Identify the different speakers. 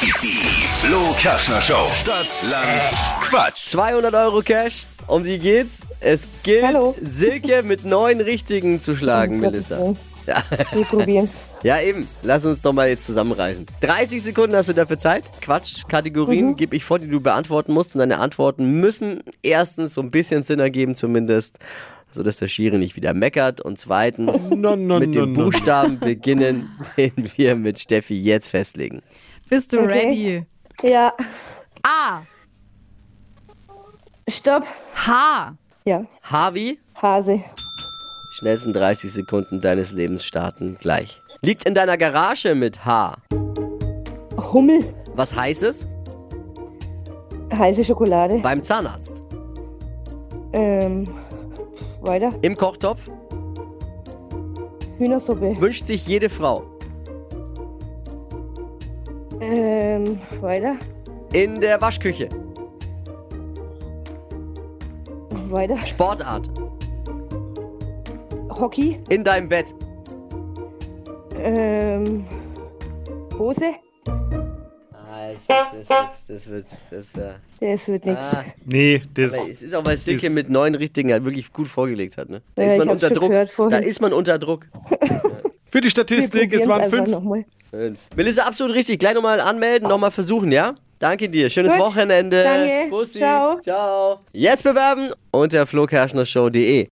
Speaker 1: Die Flo Kaschner Show. Stadt, Land, Quatsch.
Speaker 2: 200 Euro Cash. Um die geht's. Es gilt,
Speaker 3: Hallo.
Speaker 2: Silke mit neun Richtigen zu schlagen,
Speaker 3: Um Gottes
Speaker 2: Melissa.
Speaker 3: Willen.
Speaker 2: Ja,
Speaker 3: Wir probieren.
Speaker 2: ja, eben. Lass uns doch mal jetzt zusammenreißen. 30 Sekunden hast du dafür Zeit. Quatsch. Kategorien gebe ich vor, die du beantworten musst. Und deine Antworten müssen erstens so ein bisschen Sinn ergeben, zumindest, sodass der Schiri nicht wieder meckert. Und zweitens,
Speaker 4: No, no,
Speaker 2: mit
Speaker 4: no,
Speaker 2: dem
Speaker 4: no.
Speaker 2: Buchstaben beginnen, den wir mit Steffi jetzt festlegen.
Speaker 5: Bist du
Speaker 3: Okay.
Speaker 5: ready?
Speaker 3: Ja.
Speaker 5: A.
Speaker 3: Stopp.
Speaker 5: H.
Speaker 3: Ja.
Speaker 2: Harvey?
Speaker 3: Hase.
Speaker 2: Schnellsten 30 Sekunden deines Lebens starten gleich. Liegt in deiner Garage mit H.
Speaker 3: Hummel.
Speaker 2: Was heißt es?
Speaker 3: Heiße Schokolade.
Speaker 2: Beim Zahnarzt.
Speaker 3: Ähm. Weiter.
Speaker 2: Im Kochtopf
Speaker 3: Hühnersuppe.
Speaker 2: wünscht sich jede Frau.
Speaker 3: Ähm. Weiter.
Speaker 2: In der Waschküche.
Speaker 3: Weiter.
Speaker 2: Sportart.
Speaker 3: Hockey.
Speaker 2: In deinem Bett.
Speaker 3: Ähm. Hose.
Speaker 2: Ah, Das wird, das wird, das, äh,
Speaker 3: Das wird nichts.
Speaker 2: ah,
Speaker 4: Nee, das.
Speaker 2: aber es ist auch, weil Silke
Speaker 4: Ist-
Speaker 2: mit neun Richtigen halt wirklich gut vorgelegt hat. Ne? Da
Speaker 3: Ja,
Speaker 2: ist
Speaker 3: ich
Speaker 2: man
Speaker 3: hab's
Speaker 2: unter
Speaker 3: schon
Speaker 2: Druck.
Speaker 3: gehört
Speaker 2: Da
Speaker 3: vorhin.
Speaker 2: ist man unter Druck.
Speaker 4: Für die
Speaker 3: Wir
Speaker 4: Statistik, es
Speaker 3: probieren's
Speaker 4: waren
Speaker 3: einfach
Speaker 4: fünf.
Speaker 3: nochmal.
Speaker 2: Fünf. Melissa, absolut richtig. Gleich nochmal anmelden, nochmal versuchen, ja? Danke dir. Schönes
Speaker 3: Gut.
Speaker 2: Wochenende.
Speaker 3: Danke.
Speaker 2: Bussi.
Speaker 3: Ciao.
Speaker 2: Ciao. Jetzt bewerben unter flokerschnershow.de.